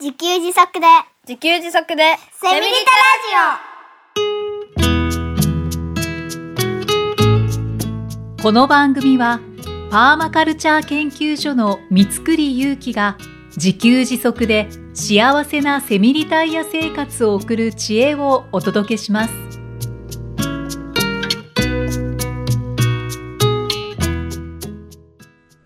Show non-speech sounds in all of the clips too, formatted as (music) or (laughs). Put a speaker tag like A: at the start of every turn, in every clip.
A: 自給自足で
B: 自給自足で
A: セミリタ
C: この番組はパーマカルチャー研究所の三栗祐樹が自給自足で幸せなセミリタイヤ生活を送る知恵をお届けします
D: こ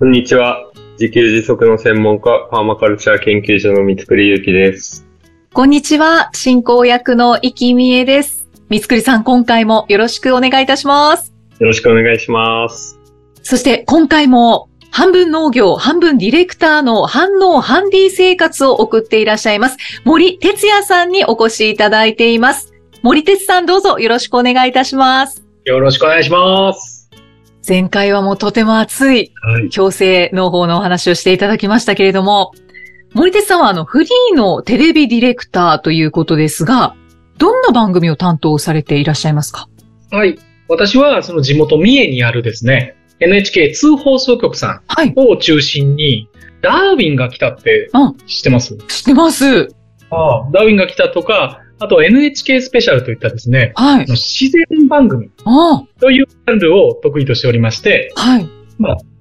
D: んにちは。自給自足の専門家、パーマカルチャー研究所の三つくりゆうきです。
C: こんにちは進行役の生きみえです三栗さん今回もよろしくお願いいたします
D: よろしくお願いします。
C: そして今回も半分農業、半分ディレクターの半農ハンディ生活を送っていらっしゃいます森哲也さんにお越しいただいています森哲さんどうぞよろしくお願いいたします
D: よろしくお願いします。
C: 前回はもうとても熱い
D: はい。
C: 共生農法のお話をしていただきましたけれども、森哲さんはあのフリーのテレビディレクターということですが、どんな番組を担当されていらっしゃいますか
E: はい。私は、その地元三重にあるですね、NHK2 放送局さ
C: はい
E: ん。を中心に、ダーウィンが来たって
C: うん
E: 知ってます、
C: 知ってます。
E: ダーウィンが来たとか、あと NHK スペシャルといったですね、
C: はい
E: あの。自然番組
C: あ
E: というジャンルを得意としておりまして、
C: あはい。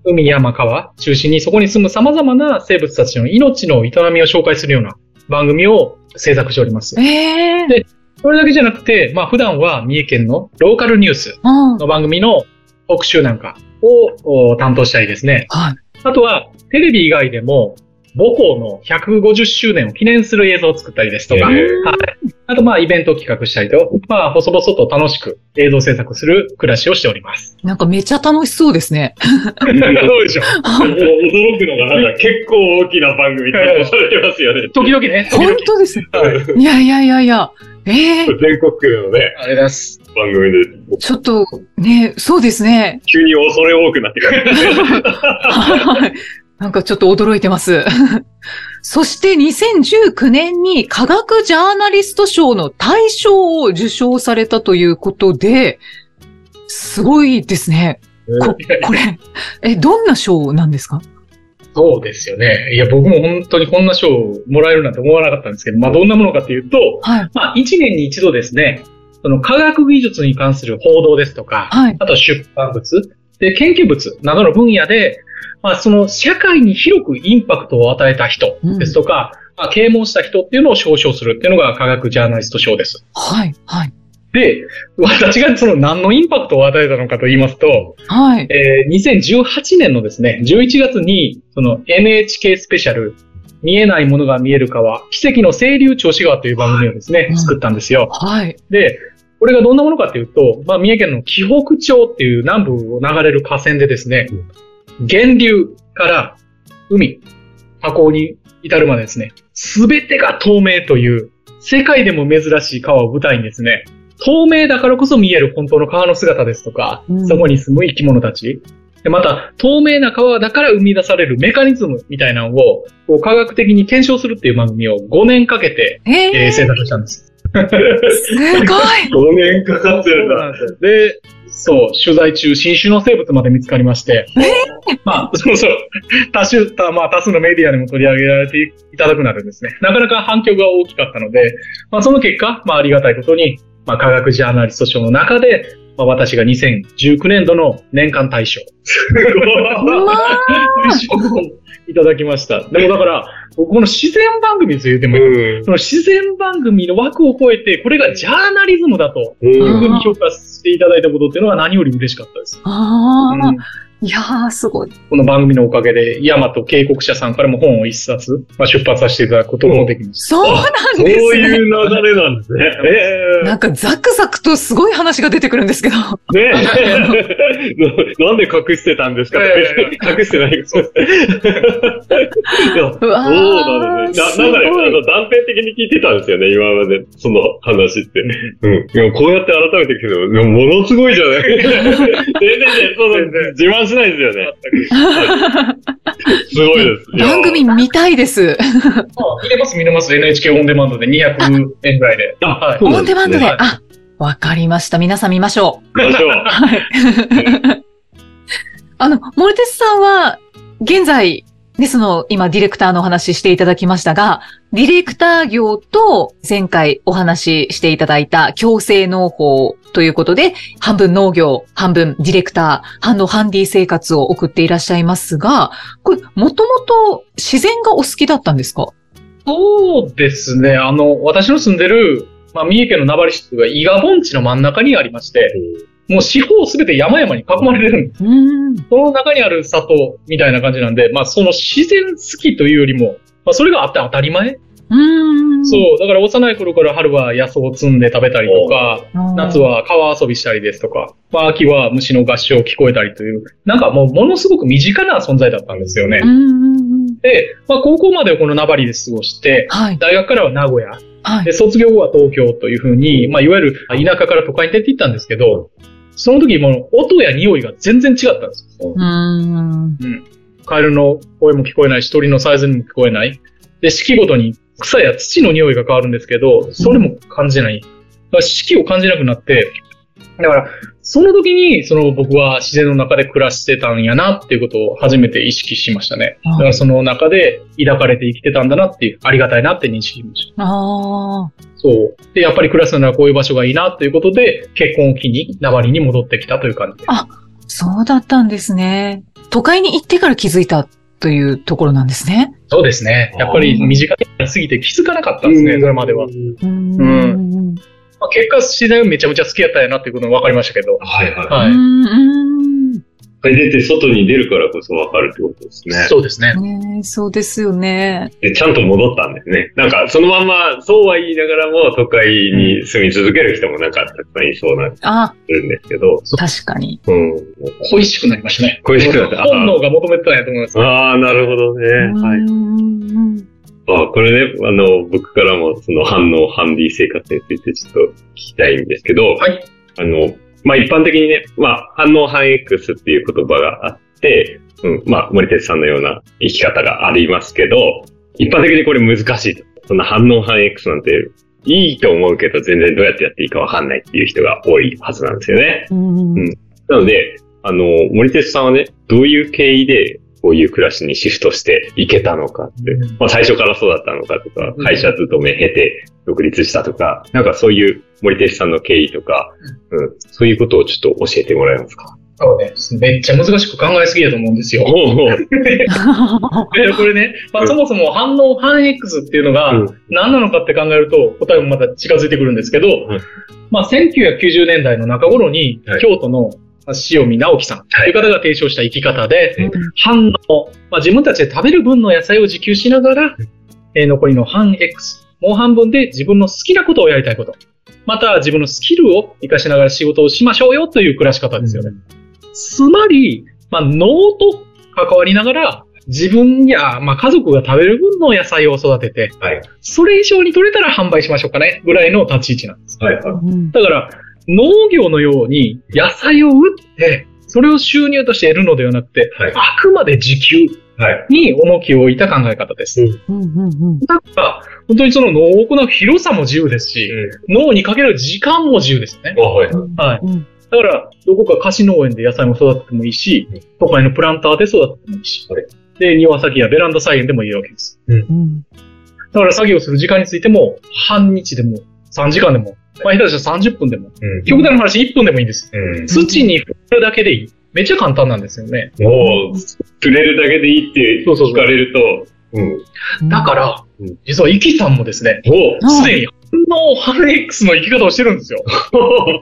E: 海、山、川中心にそこに住む様々な生物たちの命の営みを紹介するような番組を制作しております。
C: ええ
E: でそれだけじゃなくて、まあ普段は三重県のローカルニュース、
C: うん。
E: の番組の特集なんかをお担当したりですね。
C: はい。
E: あとは、テレビ以外でも、母校の150周年を記念する映像を作ったりですとか、
D: え
E: はい。あと、まあ、イベントを企画したりと、まあ、細々と楽しく映像制作する暮らしをしております。
C: なんかめちゃ楽しそうですね。 (laughs)
E: どうでしょう
D: 驚くのがなんか結構大きな番組って (laughs) 言われてますよね。
E: 時々ね、時
C: 本
E: 々。
C: 当ですね。
D: はい
C: いやいやいやいや。ええ
D: 全国区のね、
E: あれです。
D: 番組で、
C: ちょっと、ね、そうですね。
D: 急に恐れ多くなってくる。
C: はい。 (laughs) なんかちょっと驚いてます。 (laughs) そして2019年に科学ジャーナリスト賞の大賞を受賞されたということで、すごいですね。ここれ、え、どんな賞なんですか
E: そうですよね。いや、僕も本当にこんな賞をもらえるなんて思わなかったんですけど、まあ、どんなものかというと、
C: はい。
E: まあ、1年に一度ですね、その科学技術に関する報道ですとか、
C: はい。
E: あとは出版物、で研究物などの分野で、まあ、その社会に広くインパクトを与えた人ですとか、まあ、啓蒙した人っていうのを表彰するっていうのが科学ジャーナリスト賞です。
C: はい。はい。
E: で、私がその何のインパクトを与えたのかと言いますと、
C: はい。
E: えー2018年のですね、11月に、その NHK スペシャル、見えないものが見える川、奇跡の清流調子川という番組をですね
C: う、ん
E: 作ったんですよ。
C: はい。
E: で、これがどんなものかっていうと、まあ、三重県の紀北町っていう南部を流れる河川でですね、源流から海、河口に至るまでですね、すべてが透明という、世界でも珍しい川を舞台にですね、透明だからこそ見える本当の川の姿ですとか、
C: うん
E: そこに住む生き物たち、でまた、透明な川だから生み出されるメカニズムみたいなのを、こう科学的に検証するっていう番組を5年かけて、え
C: え
E: ー
C: ー、す
E: 制作したんです。
C: ごい
D: 5年かかってるん
E: そう
D: だ。
E: なんですよで、そう、取材中、新種の生物まで見つかりまして、まあ、そうそう、多種、多まあ、多数のメディアにも取り上げられていただくなどですね、なかなか反響が大きかったので、まあ、その結果、まあ、ありがたいことに、まあ、科学ジャーナリスト賞の中で、まあ、私が2019年度の年間大
D: (laughs)
E: 賞、
C: うまー
E: 大賞をいただきました。でもだから、僕この自然番組ですよ、言うて
D: う
E: も、
D: ん。
E: その自然番組の枠を超えて、これがジャーナリズムだと
D: (laughs) うん
E: 番組評価していただいたことっていうのは何より嬉しかったです。
C: あ
E: う
C: ー
E: ん
C: いやー、すごい。
E: この番組のおかげで、ヤマト警告者さんからも本を一冊、まあ、出版させていただくこともできまし
C: そうなん
D: そう
C: ですね。
D: いう流れなんですね。
E: た。え
C: なんかザクザクとすごい話が出てくるんですけど。
D: ね
E: (laughs)
D: え (laughs) ななんで隠してたんですか
E: いやいやい
D: 隠して
C: (laughs)
D: ないです。いや
C: うわー
D: そうだね。だ
C: すごい
D: なんかね、あの断片的に聞いてたんですよね、今まで、その話って。うん。でもこうやって改めて聞くと、でもものすごいじゃ
E: (laughs)
D: ない全然ね、その
E: 全然
D: 自慢しないですよね。すごいです。いや
C: 番組見たいです。
E: 見れます見れます NHK オンデマンドで200円ぐらいで。
D: あ
E: はい
D: そう
C: オ
D: な
C: ン
D: んで
C: デマ
D: す
C: ンド
D: ね
C: で。あ、わかりました。皆さん見ましょう。
D: 場所
C: (laughs)
D: は
C: はい。あの、モルテスさんは、現在、で、その、今、ディレクターのお話ししていただきましたが、ディレクター業と、前回お話ししていただいた、強制農法ということで、半分農業、半分ディレクター、半のハンディ生活を送っていらっしゃいますが、これ、もともと自然がお好きだったんですか
E: そうですね。あの、私の住んでる、まあ、三重県の名張市というか、伊賀盆地の真ん中にありまして、もう四方すべて山々に囲まれてるんです。
C: うーん。
E: その中にある里みたいな感じなんで、まあ、その自然好きというよりも、まあ、それがあって当たり前、
C: うーん。
E: そう。だから幼い頃から春は野草を摘んで食べたりとか、
C: うん。
E: 夏は川遊びしたりですとか、まあ、秋は虫の合唱を聞こえたりという、なんかもうものすごく身近な存在だったんですよね
C: う。んうんうん。
E: で、まあ、高校まではこの名張で過ごして、
C: はい。
E: 大学からは名古屋、
C: はい。
E: で、卒業後は東京というふうに、まあ、いわゆる田舎から都会に出て行ったんですけど、その時もう音や匂いが全然違ったんですよ。
C: うーん。
E: カエルの声も聞こえないし、鳥のサイズにも聞こえない。で、四季ごとに草や土の匂いが変わるんですけど、それも感じない。だから四季を感じなくなって、だから、その時に、その僕は自然の中で暮らしてたんやなっていうことを初めて意識しましたね。だからその中で抱かれて生きてたんだなっていう、ありがたいなって認識しました。
C: ああ。
E: そう。で、やっぱり暮らすならこういう場所がいいなということで、結婚を機に、名張に戻ってきたという感じで
C: あ。そうだったんですね。都会に行ってから気づいたというところなんですね。
E: そうですね。やっぱり短い間過ぎて気づかなかったんですね、それまでは。。
C: うーん
E: う
C: うん。
E: まあ、結果、自然めちゃめちゃ好きやったんやなっていうことも分かりましたけど。
D: はいは
E: はい。
C: うん。
D: い。出て外に出るからこそ分かるってことですね。
E: そうですね。
C: ねえそうですよね。
D: で、ちゃんと戻ったんですね。なんか、そのまんま、そうは言いながらも、都会に住み続ける人もなんか、たくさんいそうな、
C: あ、
D: するんですけど、
C: 確かに。
D: うん。
E: 恋しくなりましたね。
D: 恋しくなった
E: 本能が求めてたんやと思います。
D: ああ、なるほどね。はい。
C: い。
D: あこれね、あの、僕からも、その反応、ハンディ生活についてちょっと聞きたいんですけど、
E: はい。
D: あの、まあ、一般的にね、まあ、反応反 X っていう言葉があって、うん、まあ、森哲さんのような生き方がありますけど、一般的にこれ難しいと。そんな反応反 X なんて、いいと思うけど、全然どうやってやっていいかわかんないっていう人が多いはずなんですよね。
C: うん
D: うんなので、あの、森哲さんはね、どういう経緯で、こういう暮らしにシフトしていけたのかって、
E: うん
D: まあ最初からそうだったのかとか
E: う、ん
D: 会社勤め経て独立したとか、なんかそういう森哲さんの経緯とか、うん、そういうことをちょっと教えてもらえますか
E: そうね。めっちゃ難しく考えすぎやと思うんですよ。
D: おうおう
E: で、これね、ま
D: う
E: あ、
D: ん
E: そもそも反応反 X っていうのが
D: うん
E: 何なのかって考えると答えもまた近づいてくるんですけど、
D: ん
E: まあ、1990年代の中頃に、
D: はい
E: 京都のまあ塩見直樹さんという方が提唱した生き方で、反応、まあ、自分たちで食べる分の野菜を自給しながら、えー残りの半 X、もう半分で自分の好きなことをやりたいこと、また自分のスキルを活かしながら仕事をしましょうよという暮らし方ですよね。つまり、まあ、脳と関わりながら、自分や、まあ、家族が食べる分の野菜を育てて、
D: はい
E: それ以上に取れたら販売しましょうかね、ぐらいの立ち位置なんです。
D: はいはい。
C: うん
E: だから、農業のように野菜を売って、それを収入として得るのではなくて、
D: はい
E: あくまで時給
D: はい。
E: に重きを置いた考え方です。
C: うんうん
E: だから、本当にその農行の広さも自由ですし、農にかける時間も自由ですよね。
D: あはい。
C: うん
E: はい。
C: うん
E: だから、どこか菓子農園で野菜も育ててもいいし
D: うん、
E: 都会のプランターで育ててもいいし
D: は、
E: で、庭先やベランダ菜園でもいいわけです。
C: うん
E: だから作業する時間についても、半日でも、3時間でも、まあ、下手したら30分でも、
D: うん
E: 極端な話1分でもいいんです。
D: うん
E: 土に触れるだけでいい。めっちゃ簡単なんですよね。
D: もう、触れるだけでいいって
E: そうそうそう
D: 聞かれると、うん。
E: だから
D: うん、
E: 実はイキさんもですね、
D: おう
C: うん
E: すでに反応ハル X の生き方をしてるん
C: (laughs)
E: ですよ。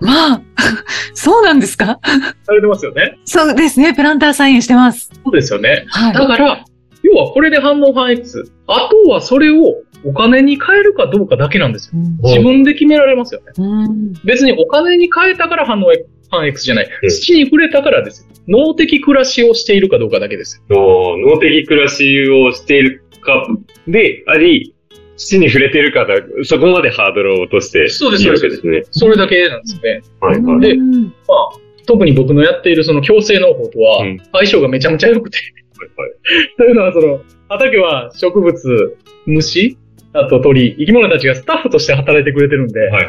C: まあ、 (laughs) そうなんですか
E: されてますよね。
C: そうですね。プランターサインしてます。
E: そうですよね。
C: はい。
E: だから、要はこれで反応反 X。あとはそれをお金に変えるかどうかだけなんですよ。
C: うん
E: 自分で決められますよね。
C: うん
E: 別にお金に変えたから反応反 X じゃない。
D: うん
E: 土に触れたからですよ。脳的暮らしをしているかどうかだけですよ。
D: の脳的暮らしをしているかであり、土に触れているかだ、そこまでハードルを落として
E: そうです
D: いいわけですね。
E: それだけなんですよね。
D: はいはい。
E: で
C: うん
E: まあ、特に僕のやっているその強制農法とは
D: うん
E: 相性がめちゃめちゃ良くて。 (laughs) というのはその、畑は植物、虫、あと鳥、生き物たちがスタッフとして働いてくれてるんで、
D: はいはい。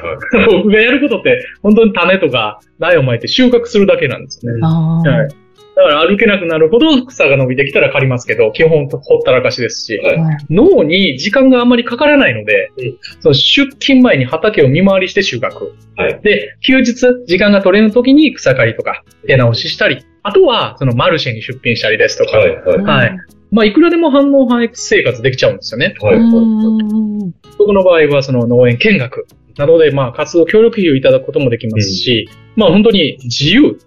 E: 僕がやることって、本当に種とか苗をまいて収穫するだけなんですね。
C: あー
E: はい。だだから歩けなくなるほど草が伸びてきたら刈りますけど、基本ほったらかしですし、
D: はい
E: 脳に時間があんまりかからないので
D: うん、
E: その出勤前に畑を見回りして収穫。
D: はい
E: で、休日、時間が取れぬ時に草刈りとか、手直ししたり、あとはそのマルシェに出品したりですとか、
D: はいはい。
E: はいまあ、いくらでも反応反映生活できちゃうんですよね。
D: はいはい。
C: うん
E: 僕の場合はその農園見学などで、まあ、活動協力費をいただくこともできますし、まあ、本当に自由、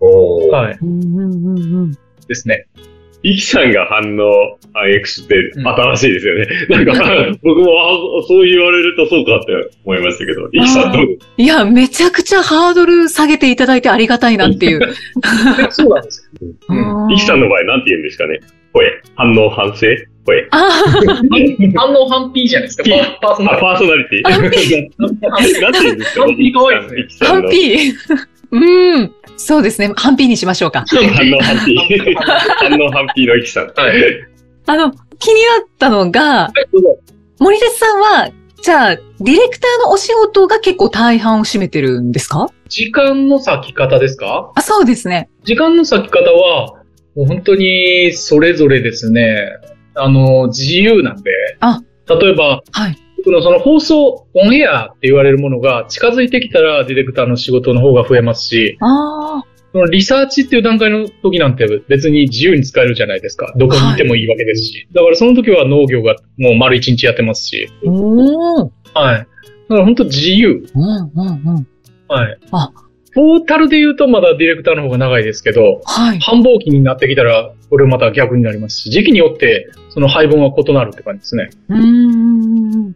D: おー
E: はい、
C: うんうんうん
E: ですね。
D: イキさんが反応反 X って
E: うん
D: 新しいですよね。 (laughs) なんか、僕もあそう言われるとそうかって思いましたけど、イキさんどう
C: いや、めちゃくちゃハードル下げていただいてありがたいなっていう。
E: そうなんですよ。
C: あー
D: イキさんの場合なんて言うんですかね声。反応反省声。
C: あー
E: 反応反 P じゃないですか。
D: P
E: パパーソナ
D: あ、
E: リテ
D: パーソナリティ。
C: 反
E: ィ。
D: え (laughs) なんて言うんですか
E: 反比可愛いですね
D: イキさ
C: ハ
D: んの
C: ンピー。うん。そうですね。ハンピーにしましょうか。
D: 反応反比。反応反比のイキさん。
E: (laughs) はい
C: あの、気になったのが、
E: はいどうぞ
C: 森哲さんは、じゃあ、ディレクターのお仕事が結構大半を占めてるんですか
E: 時間の割き方ですか
C: あ、そうですね。
E: 時間の割き方は、もう本当にそれぞれですね、あの、自由なんで、
C: あ
E: 例えば、
C: はい
E: 僕のその放送、オンエアって言われるものが近づいてきたらディレクターの仕事の方が増えますし、
C: あ
E: そのリサーチっていう段階の時なんて別に自由に使えるじゃないですか。どこにいてもいいわけですし。だからその時は農業がもう丸一日やってますし、
C: あ。おー。
E: はい。だから本当自由。
C: うんうんうん。
E: はい。
C: あ
E: トータルで言うとまだディレクターの方が長いですけど、
C: はい。
E: 繁忙期になってきたら、これまた逆になりますし、時期によってその配分は異なるって感じですね。
C: うーん。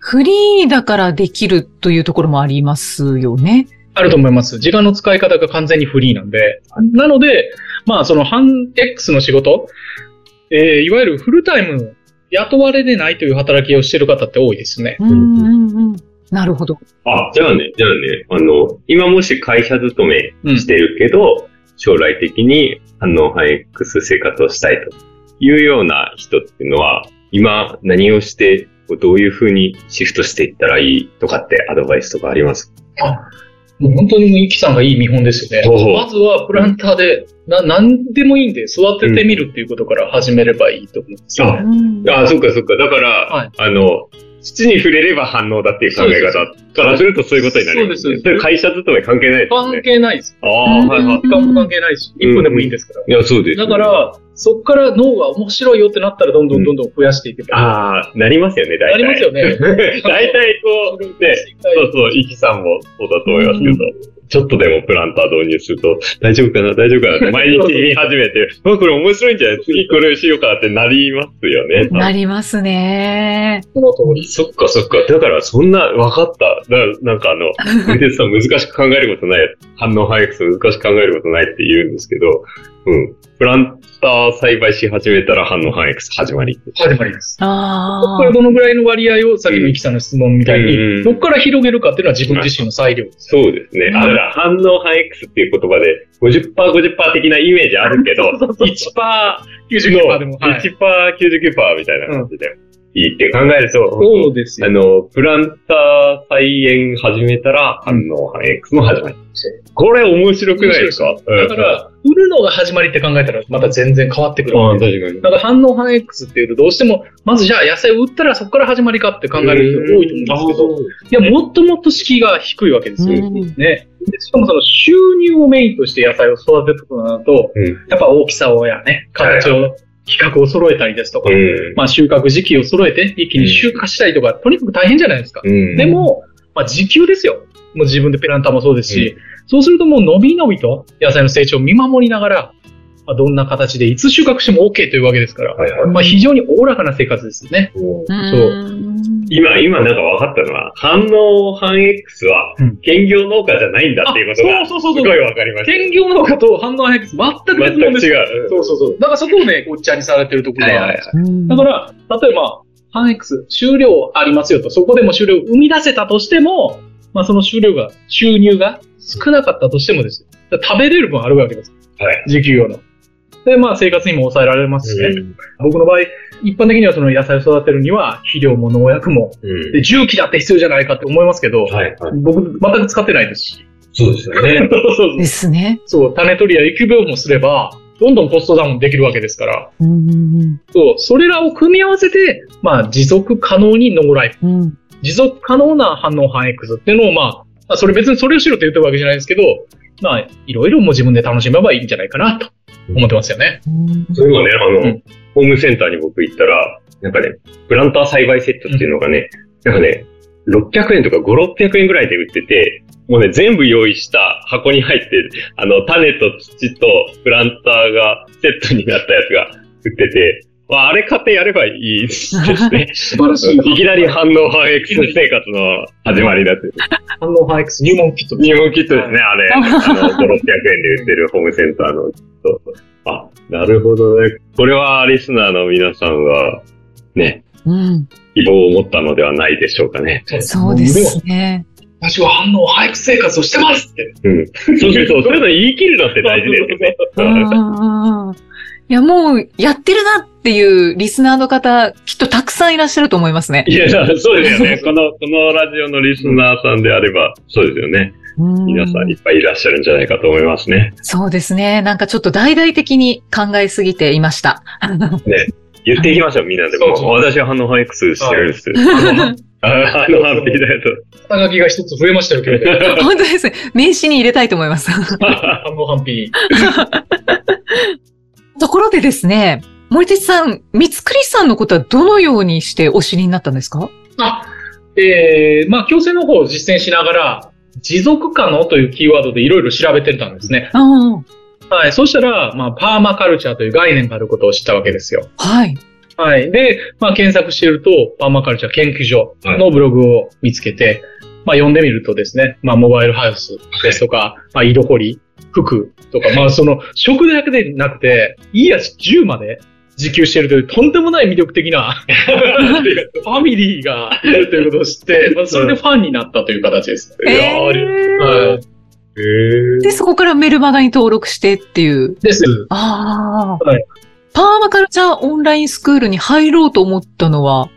C: フリーだからできるというところもありますよね。
E: あると思います。時間の使い方が完全にフリーなんで。なので、まあその半 X の仕事、えーいわゆるフルタイム雇われでないという働きをしてる方って多いですね。
C: うんうんうん。なるほど。
D: あ、じゃあね、じゃあね、あの、今もし会社勤め
E: うん
D: してるけど、将来的に反応反 X 生活をしたいというような人っていうのは、今何をして、こうどういうふうにシフトしていったらいいとかってアドバイスとかあります
E: もう本当にもうイキさんがいい見本ですよね
D: ほうほう。
E: まずはプランターで、な、何でもいいんで育ててみるっていうことから始めればいいと思うんですよね。
C: うん
D: あそっかそっか。だから、
E: はい
D: あの、土に触れれば反応だっていう考え
E: そう
D: 方からするとそういうことになる、
E: そうです
D: それ会社勤め関係ないです
E: 関
D: ね。
E: 係ないです。
D: ああ、はいはい。
E: 時間も関係ないし、
D: うん
E: 1分でもいいんですから。
D: いや、そうです、
E: (laughs) だか、ら、そこから脳が面白いよってなったら、どんどんどんどん増やしていけば。
D: ああ、なりますよね、大体。
E: なります
D: (laughs)
E: よね。
D: 大体こう、ね、そうそう、イキさんもそうだと思いますけど、ちょっとでもプランター導入すると、大丈夫かな、大丈夫かなっ
E: (laughs)
D: て毎日言い始めて、 (laughs) うわこれ面白いんじゃない次これしようかってなりますよね。
C: なりますね。
E: その通り。
D: そっかそっか。だからそんな、分かった。だなんかあの、
E: (laughs)
D: 森哲さん難しく考えることない。反応早くす難しく考えることないって言うんですけど、うん。プランター栽培し始めたら反応反 X 始まり。
E: 始まりです。
C: あ
E: こ
C: あ
E: こからどのぐらいの割合を、さっきのイキさんの質問みたい
D: うん
E: に、どこから広げるかっていうのは自分自身の裁量です。
D: そうですね。あ、だから反応反 X っていう言葉で、50%、50%的なイメージあるけど、1%、
E: (laughs) 99%でも。はい
D: 1%、99%みたいな感じで、いいって考えると、
E: そうです
D: あ
E: よ。
D: の、プランター菜園始めたら、反応反 X も始まり。これ面白くないですか
E: だから、売るのが始まりって考えたら、また全然変わってくる
D: うん、
E: わ
D: あ
E: け
D: 確か
E: です。
D: に。
E: だから反応反 X っていうと、どうしても、まずじゃあ野菜を売ったらそこから始まりかって考える人多いと思うん
D: うん
E: ですけど、いや、もっともっと敷居が低いわけですよ。
C: うん
E: ね。でしかもその収入をメインとして野菜を育てることになると、
D: うん
E: やっぱ大きさをやね、形を、規格を揃えたりですとか、
D: うん。
E: まあ収穫時期を揃えて一気に収穫したりとか、とにかく大変じゃないですか。
D: うん
E: でも、まあ時給ですよ。もう自分でペランターもそうですし、そうするともう伸び伸びと野菜の成長を見守りながら、まあ、どんな形でいつ収穫しても OK というわけですから、
D: はいはい
E: まあ非常におおらかな生活ですね。
D: 今、今なんか分かったのは、反応反 X は
E: うん、
D: 兼業農家じゃないんだっていうことが、
E: あ
D: す
E: そうそうそうそう
D: ごい分かりました。
E: 兼業農家と反応早く全く別
D: 全
E: 物
D: く
E: です
D: 違う。
E: そうそうそう。だからそこをね、ごっちゃにされてるところ
D: はい
E: が、
D: はいはい。
E: だから、例えば、ハン X、収量ありますよと、そこでも収量を生み出せたとしても、まあその収量が、収入が少なかったとしてもですよ。だから食べれる分あるわけです。
D: はい。
E: 時給用の。で、まあ生活にも抑えられますしね。僕の場合、一般的にはその野菜を育てるには、肥料も農薬も、
D: うん
E: で、重機だって必要じゃないかって思いますけど、
D: はいはい。
E: 僕、全く使ってないですし。
D: そうですよね。
E: (laughs) そうそうそう
C: ですね。
E: そう、種取りや育苗もすれば、どんどんコストダウンできるわけですから、
C: うん。
E: そう、それらを組み合わせて、まあ、持続可能にノーライフ。
C: うん。
E: 持続可能な反応反 X っていうのを、まあ、まあ、それ別にそれをしろって言ってるわけじゃないですけど、まあ、いろいろもう自分で楽しめばいいんじゃないかなと思ってますよね。
D: そういえばね、あの、
E: うん
D: ホームセンターに僕行ったら、なんかね、プランター栽培セットっていうのがね、なんかね、600円とか5、600円ぐらいで売ってて、もうね、全部用意した箱に入って、あの、種と土とプランターがセットになったやつが売ってて、まあ、あれ買ってやればいいです
E: (laughs)
D: ね。
E: 素晴らし
D: いきなり反応反 X 生活の始まりだって。
E: 反応反 X 入門キットです
D: 入門キットですね、あ (laughs) れ。あの、5、600円で売ってるホームセンターのキット。あ、なるほどね。これはリスナーの皆さんは、ね、
C: うん。
D: 希望を持ったのではないでしょうかね。
C: そうで。
E: も
C: すね。
E: 私は反応俳句生活をしてますって。
D: うん。そうそう (laughs) そう、そういうの言い切るのって大事ですよね。
C: うんいや、もう、やってるなっていうリスナーの方、きっとたくさんいらっしゃると思いますね。
D: いや、そうですよね。この、このラジオのリスナーさんであれば、そうですよね。皆さんいっぱいいらっしゃるんじゃないかと思いますね。
C: そうですね。なんかちょっと大々的に考えすぎていま
D: (laughs)
C: した。
D: 言っていきましょう、みんなで。
E: そうそう
D: もう私は反応反 X してるんです。あの反応反 P だよと。
E: 肩書きが一つ増えましたよ、今日で。
C: 本当ですね。名刺に入れたいと思います。
E: (laughs)
C: (laughs)
E: 反応反比。
C: ところでですね、森哲さん、三つくりさんのことはどのようにしてお知りになったんですか
E: あ、えー、まあ、強制の方を実践しながら、持続可能というキーワードでいろいろ調べてたんですね。
C: ああ、
E: はい。そうしたら、まあ、パーマカルチャーという概念があることを知ったわけですよ。
C: はい。
E: はい。で、まあ、検索してると、パーマカルチャー研究所のブログを見つけて、まあ、読んでみるとですね、まあ、モバイルハウスですとか、まあ、色掘り、服とか、まあ、その、食だけでなくて、いいやつ10まで自給してるという、とんでもない魅力的 (laughs) な、ファミリーがいるということを知って、まあ、それでファンになったという形です。
D: いやーあり
E: は
C: え
E: い。
C: ー、で、そこからメルマガに登録してっていう。
E: です。
C: ああ、
E: はい
C: パーマカルチャーオンラインスクールに入ろうと思ったのは、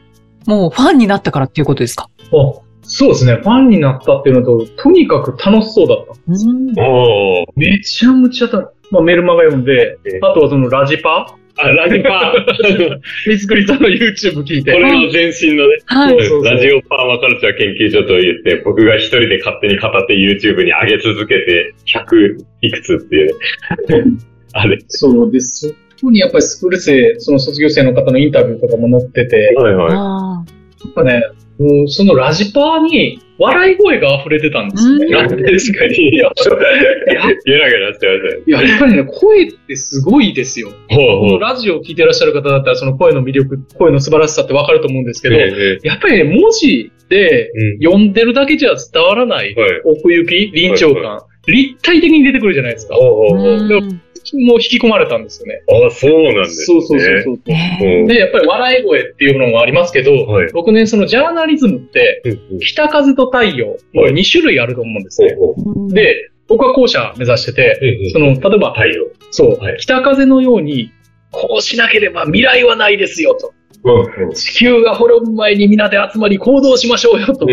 C: もうファンになったからっていうことですか
E: あそうですね。ファンになったっていうのと、とにかく楽しそうだった。
C: うん。
D: おー。
E: めちゃむちゃだ。まあ、メルマガ読んで
D: ええ、
E: あとはそのラジパ
D: あ、ラジ
E: (laughs)
D: パー。
E: 三つくりさんの YouTube 聞い
D: こ
E: て。
D: れの前身のね、
C: はい。
E: そうそうそう
D: ラジオパーマカルチャー研究所と言って、僕が一人で勝手に語って YouTube に上げ続けて、100いくつって
E: (laughs)
D: いうね。あれ。
E: そうです。そこにやっぱりスクール生、その卒業生の方のインタビューとかも載ってて、
D: はいい。
C: あ
E: やっぱね、もうそのラジパーに笑い声が溢れてたんですね。
D: 確かに。ゲラゲラしてましたよ
E: いや、やっぱりね、声ってすごいですよ。こ
D: ほうほ
E: の
D: う。
E: ラジオを聞いてらっしゃる方だったら、その声の魅力、声の素晴らしさってわかると思うんですけど、
D: え
E: やっぱりね、文字で
D: えうん
E: 読んでるだけじゃ伝わらない
D: はい
E: 奥行き、臨場感、立体的に出てくるじゃないですか。
D: ほ
C: あ。
D: うほうほう
C: うん
E: もう引き込まれたんですよね。
D: あ、そうなんですね。
E: そうそうそうそう。
C: ね
D: うん。
E: で、やっぱり笑い声っていうのもありますけど、
D: はい
E: 僕ね、そのジャーナリズムって、
D: うん
E: 北風と太陽、これ2種類あると思うんです
D: ほ
E: ね。
D: うほう。
E: で、僕は後者目指してて、その、例えば、
D: 太陽。
E: そう、
D: はい
E: 北風のように、こうしなければ未来はないですよと。
D: うん
E: 地球が滅ぶ前に皆で集まり行動しましょうよ
D: う
E: と
D: ん。う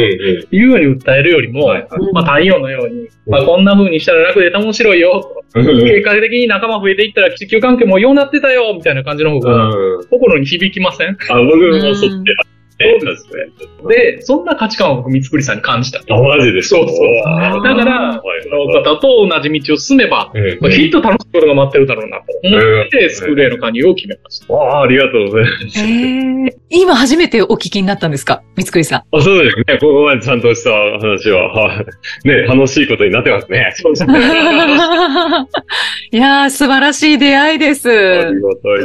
E: い
D: ん
E: うように訴えるよりも、
D: はいはい
C: うん
E: まあ、太陽のように、まあ、こんな風にしたら楽で面白いよ
D: うん
E: と。
D: うん
E: 結果的に仲間増えていったら地球関係もようなってたよみたいな感じの方が、
D: うん
E: 心に響きませ
D: あ、
E: ん
D: 僕もそっちだね。確かに。
E: で、そんな価値観を僕、三つくりさんに感じた。
D: あ、マジですか
E: そうそう
D: あー
E: だから、
D: はい
E: その方と同じ道を進めば、
D: うん
E: まあきっと楽しいことが待ってるだろうなと思っ
D: う
E: て、
D: ん
E: スクールへの加入を決めました。
D: ああ、ありがとうございます。
C: えー今初めてお聞きになったん (laughs) ですか三つくりさ
D: あそうですね。ここまでちゃんとした話は、はい。ね、楽しいことになってますね。
E: そうです
C: ん。いやー、素晴らしい出会いです。
D: ありがたいで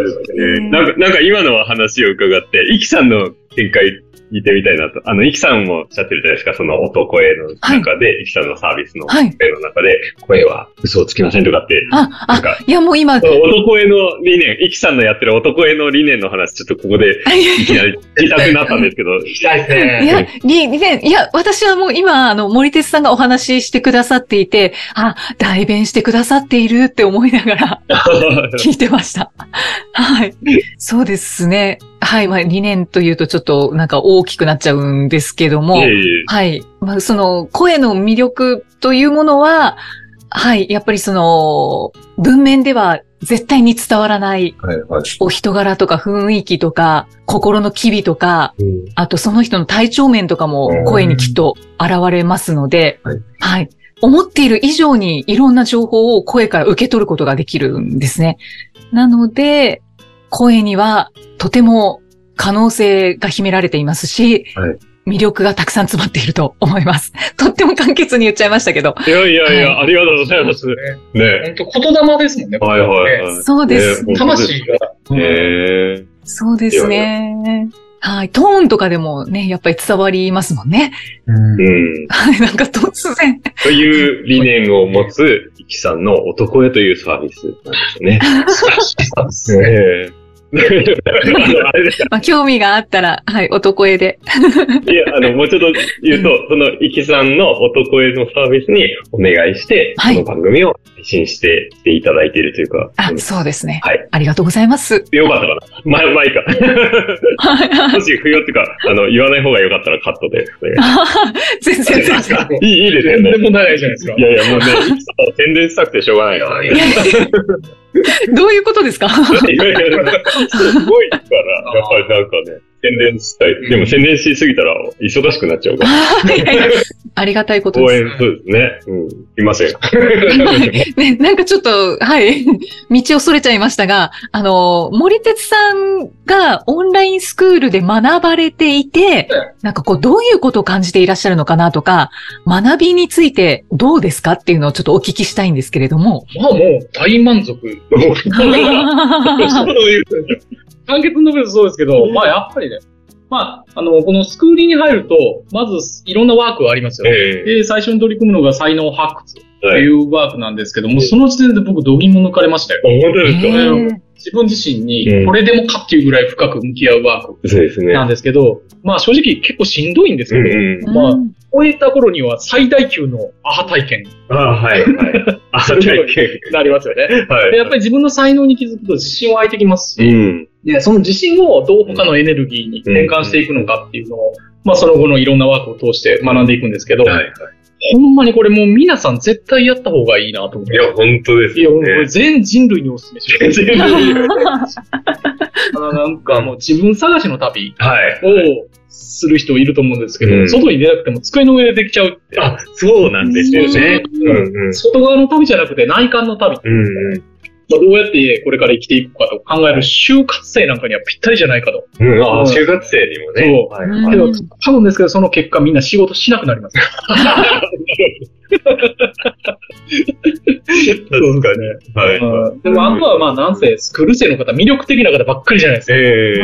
D: す
C: う
D: ね。
C: ん
D: (laughs) なんか、なんか今の話を伺って、イキさんの見解聞いてみたいなと。あの、イキさんもおっしゃってるじゃないですか。その男への中で、イキさんのサービスの
C: はい。
D: 声の中で、声は嘘をつきませんとかって。
C: あ、
D: なん
C: あ、
D: か、
C: いやもう今、い
D: 男への理念、イキさんのやってる男への理念の話、ちょっとここで
C: やいや
D: いきなり聞きたくなったんですけど、
E: 行きたいです
C: い
E: ね。
C: や、り、ね、いや、私はもう今、あの、森哲さんがお話ししてくださっていて、あ、代弁してくださっているって思いながら聞いてました。はい。そうですね。はい。まあ、理念というとちょっとなんか大きくなっちゃうんですけど (laughs) も、
D: いえいえ
C: はい。まあ、その、声の魅力というものは、はい。やっぱりその、文面では絶対に伝わらない、
D: はいはい。
C: お人柄とか雰囲気とか、心の機微とか、
D: うん
C: あとその人の体調面とかも声にきっと現れますので、
D: うんはい
C: はい。思っている以上にいろんな情報を声から受け取ることができるんですね。なので、声にはとても可能性が秘められていますし、
D: はい
C: 魅力がたくさん詰まっていると思います。 (laughs) とっても簡潔に言っちゃいましたけど。
D: いやいやいや、ありがとうございます。ね
E: 本当言霊ですもんね。
D: はいはいは
E: ね
D: い。
C: そうです。
D: ね
E: 魂が。
D: へえ。
C: そうですね。はい。トーンとかでもね、やっぱり伝わりますもんね。
E: うん (laughs)
D: うん。
C: はい。なんか突然。
D: という理念を持つ、イキさんの男へというサービスなんですね。
E: そうですね
D: ええあれですか
C: まあ、興味があったら、はい、男絵で。
D: いや、あの、もうちょっと言うと、その、イキさんの男へのサービスにお願いして、
C: はい
D: この番組を配信して、していただいているというか、
C: あ
D: う、ん
C: そうですね。
D: はい。
C: ありがとうございます。 (laughs)
D: よかったかな前、前か。もし不要っていうか、あの、言わない方がよかったらカットで。お願いしま
C: 全然全然。
D: (laughs) すいい、いいですよ
E: 全
D: ね。
E: 然問題ないじゃないですか
D: い。やいや、もうね、イキさんは宣伝したくてしょうがないからね。
E: いや
C: (laughs) どういうことですか (laughs)
D: いやいや、すごいから、やっぱりなんかね、宣伝したい。でも宣伝しすぎたら忙しくなっちゃうから。
C: いやいやありがたいこと
D: 応
C: で
D: 援、そうですね。うん。いません。
C: す。 (laughs) ね、なんかちょっと、はい、道をそれちゃいましたが、あの、森哲さんがオンラインスクールで学ばれていて、なんかこう、どういうことを感じていらっしゃるのかなとか、学びについてどうですかっていうのをちょっとお聞きしたいんですけれども。
E: まあもう大満足。
C: (laughs)
D: そういう
E: 簡潔に述べるとそうですけど、まあやっぱりね、まあ、あの、このスクールに入ると、まずいろんなワークがありますよね。
D: え
E: で、最初に取り組むのが才能発掘
D: え
E: と
D: はい。
E: いうワークなんですけども、その時点で僕、度肝抜かれましたよ。
D: 本当
C: へ
D: ですか
C: ー
E: 自分自身
D: うん
E: に、これでもかっていうぐらい深く向き合うワーク
D: そうですね。
E: なんですけど、まあ正直結構しんどいんです
D: う
E: け
D: ん
E: ど、
D: うん。
E: まあ
C: うん
E: 終えた頃には最大級のアハ体験に
D: あはい、はい。あ、体験。
E: なりますよね。
D: は
E: で
D: い。
E: やっぱり自分の才能に気づくと自信湧いてきますし、
D: うん。
E: で、その自信をどう他のエネルギーに転換していくのかっていうのを、まあその後のいろんなワークを通して学んでいくんですけど、
D: はい。
E: ほんまにこれもう皆さん絶対やった方がいいなと思っ
D: い
E: て。
D: や、本当です
E: いや、もう
D: よ
E: これ
D: ね。
E: 全人類にお勧めします。
D: 全部。
E: あーなんかもう自分探しの旅
D: はい。
E: をする人いると思うんですけど、
D: うん
E: 外に出なくても机の上でできちゃうって。
D: あ、そうなんですよね。うんうん。
E: 外側の旅じゃなくて内観の旅。
D: うんうん。
E: まあ、どうやってこれから生きていくかと考える就活生なんかにはぴったりじゃないかと。
D: うん、あ、就活生にもね。
E: そう
D: はい
C: うん
D: は
E: け
D: い
E: ど、多分ですけど、その結果みんな仕事しなくなります。
D: 確かに。はい。
E: うんでもあとはまあなんせ、スクール生の方、魅力的な方ばっかりじゃないですか。
D: え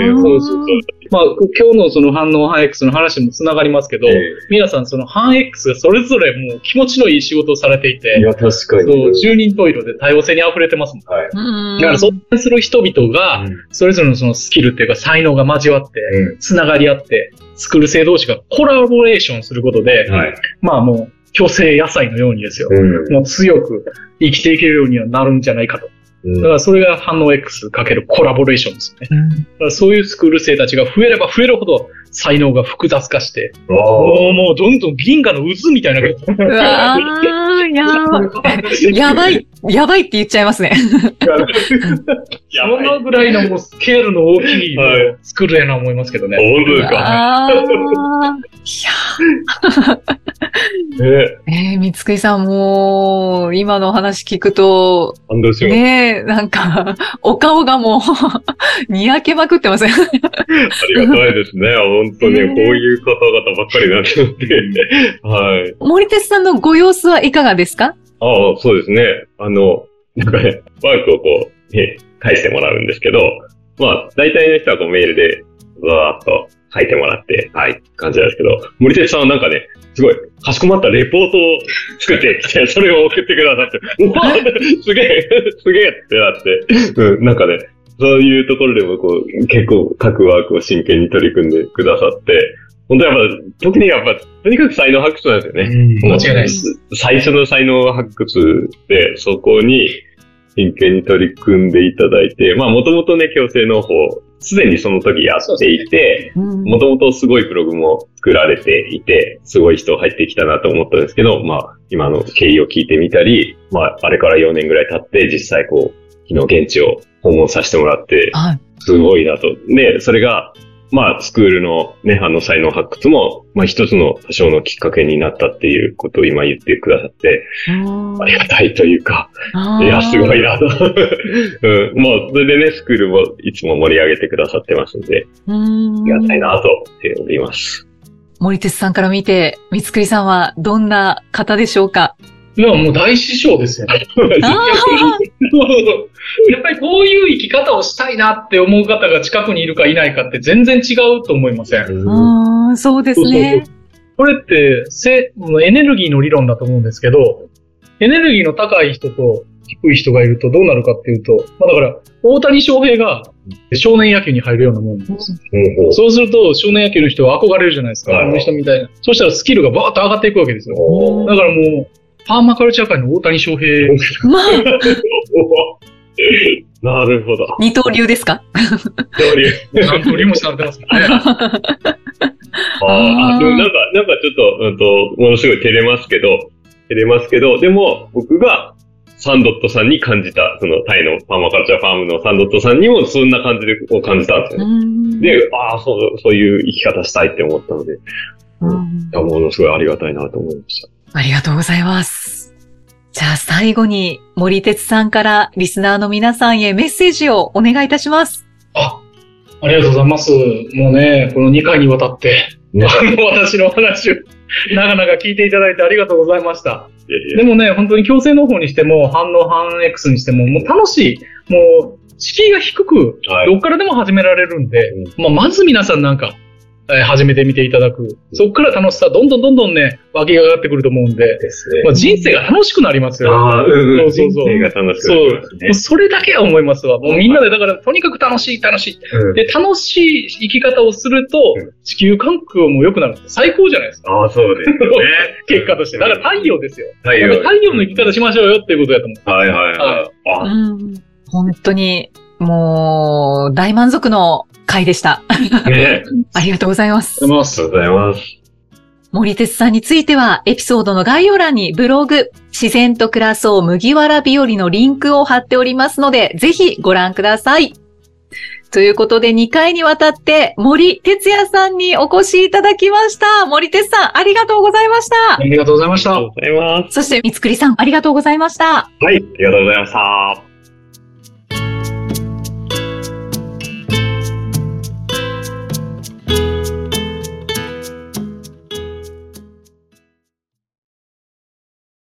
D: え
C: うん
E: そうそうそう。まあ今日のその反応反 X の話にもつながりますけど、
D: え
E: 皆さんその反 X がそれぞれもう気持ちのいい仕事をされてい
D: えい
E: て、
D: や、確か
E: そう
D: に。
E: 十人十色で多様性に溢れてますもん。
D: はい。
E: だからそうする人々が、
D: うん
E: それぞれのそのスキルっていうか才能が交わって、つながり合って、スクール生同士がコラボレーションすることで、
D: はい。
E: まあもう、虚勢野菜のようにですよ。
D: うん
E: もう強く生きていけるようにはなるんじゃないかと。
D: うん
E: だからそれが反応 X かけるコラボレーションですよね。
C: うん
E: だからそういうスクール生たちが増えれば増えるほど才能が複雑化して、
D: あー
E: もうもうどんどん銀河の渦みたいな。
C: うわ
D: (laughs)
C: ーやば
E: (laughs)
C: やばい、やばいって言っちゃいますね。
D: や
E: そ
D: ばい
E: のぐらいのもうスケールの大きい
D: はい
E: スクールやな思いますけどね。
D: 本当ですか。
C: ああ。
D: ね (laughs)
C: ねえ、三つくりさんもう、今のお話聞くと、
D: 感動します。
C: ねえ、なんか、 (laughs) お顔がもう、 (laughs) にやけまくってません。
D: ありがたいですね。本当に、
C: ね
D: こういう方々ばっかりなってて。はい。
C: (laughs) 森哲さんのご様子はいかがですか
D: ああ、そうですね。あの、なんかね、ワークをこう、ね、返してもらうんですけど、まあ、大体の人はこうメールで、わーっと書いてもらって、はい、って感じなんですけど、森哲さんはなんかね、すごい、かしこまったレポートを作ってきて、 (laughs) それを送ってくださって、うわーすげえ、 (laughs) すげえってなって、うん、なんかね、そういうところでもこう、結構各ワークを真剣に取り組んでくださって、本当やっぱ、僕にやっぱ、とにかく才能発掘なんですよね。
E: 間違いないです。
D: す。最初の才能発掘で、そこに真剣に取り組んでいただいて、まあ、もともとね、強制農法、すでにその時やっていて、
C: うん
D: もともとすごいブログも作られていて、すごい人入ってきたなと思ったんですけど、まあ、今の経緯を聞いてみたり、まあ、あれから4年ぐらい経って、実際こう、昨日現地を訪問させてもらって、
C: はい。
D: すごいなと。で、それが、まあ、スクールのね、あの、才能発掘も、まあ、一つの多少のきっかけになったっていうことを今言ってくださって、ありがたいというか、いや、すごいなと。 (laughs) うん、もう、それでね、スクールもいつも盛り上げてくださってますんで、ありがたいなと思っております。
C: 森哲さんから見て、三つくりさんはどんな方でしょうか
E: でももう大師匠ですよね。 (laughs)
D: (laughs)
C: あ
E: やっぱりこういう生き方をしたいなって思う方が近くにいるかいないかって全然違うと思いません。
C: あ、そうですね。
E: これってせエネルギーの理論だと思うんですけど、エネルギーの高い人と低い人がいるとどうなるかっていうと、まあだから、大谷翔平が少年野球に入るようなもんです。
D: うんうん
E: そうすると少年野球の人は憧れるじゃないですか。
D: はい
E: あの人みたいな。そしたらスキルがバーッと上がっていくわけですよ。
D: おー
E: だからもう、パーマカルチャー界の大谷翔平。
C: まあ、
D: (laughs) なるほど。
C: 二刀流ですか
D: 恐竜。
E: なんとリムされてますもんね。
D: あ
C: あー
D: あ、でもなんか、なんかちょっと、うんと、ものすごい照れますけど、照れますけど、でも僕がサンドットさんに感じた、そのタイのパーマカルチャーファームのサンドットさんにもそんな感じでを感じたんですよね。で、ああ、そう、そういう生き方したいって思ったので、い
C: うん
D: やものすごいありがたいなと思いました。
C: ありがとうございます。じゃあ最後に森哲さんからリスナーの皆さんへメッセージをお願いいたします。
E: あ、 (laughs) ありがとうございます。もうね、この2回にわたって、
D: ね
E: あの (laughs) 私のお話を、長々聞いていただいてありがとうございました。
D: いやいや
E: でもね、本当に強制の方にしても、反応反 X にしても、もう楽しい。もう、敷居が低く、
D: はい
E: どっからでも始められるんで、
D: う
E: まあ、まず皆さんなんか、えー始めてみていただく。そこから楽しさ、どんどんどんどんね、湧き上がってくると思うんで、
D: ですね
E: まあ、人生が楽しくなりますよ。
D: ああ、うんうん。
E: そうそうそう
D: 人生が楽しく
E: そ
D: な
E: う
D: ります。
E: もうそれだけは思いますわ。もうみんなで、だから、とにかく楽しい、楽しい。
D: うん
E: で、楽しい生き方をすると
D: う、
E: 地球環境も良くなる。最高じゃないですか。。
D: ああ、そうですね
E: 結果として。だから太陽ですよ。
D: 太
E: やっぱり太陽の生き方しましょうよっていうことやと思う。
D: はいはいはい。あ
C: うん本当にもう大満足の回でした。
D: ね。
C: ありがとうございます。
E: ま
D: ありがとうございます。
C: 森哲さんについては、エピソードの概要欄にブログ、自然と暮らそう麦わら日和のリンクを貼っておりますので、ぜひご覧ください。ということで、2回にわたって森哲也さんにお越しいただきました。森哲さん、ありがとうございました
E: あ。りがとうございまし
D: あ
E: た
D: りがと。うございます。
C: そして、三つくりさん、ありがとうございました。
D: はい、ありがとうございました。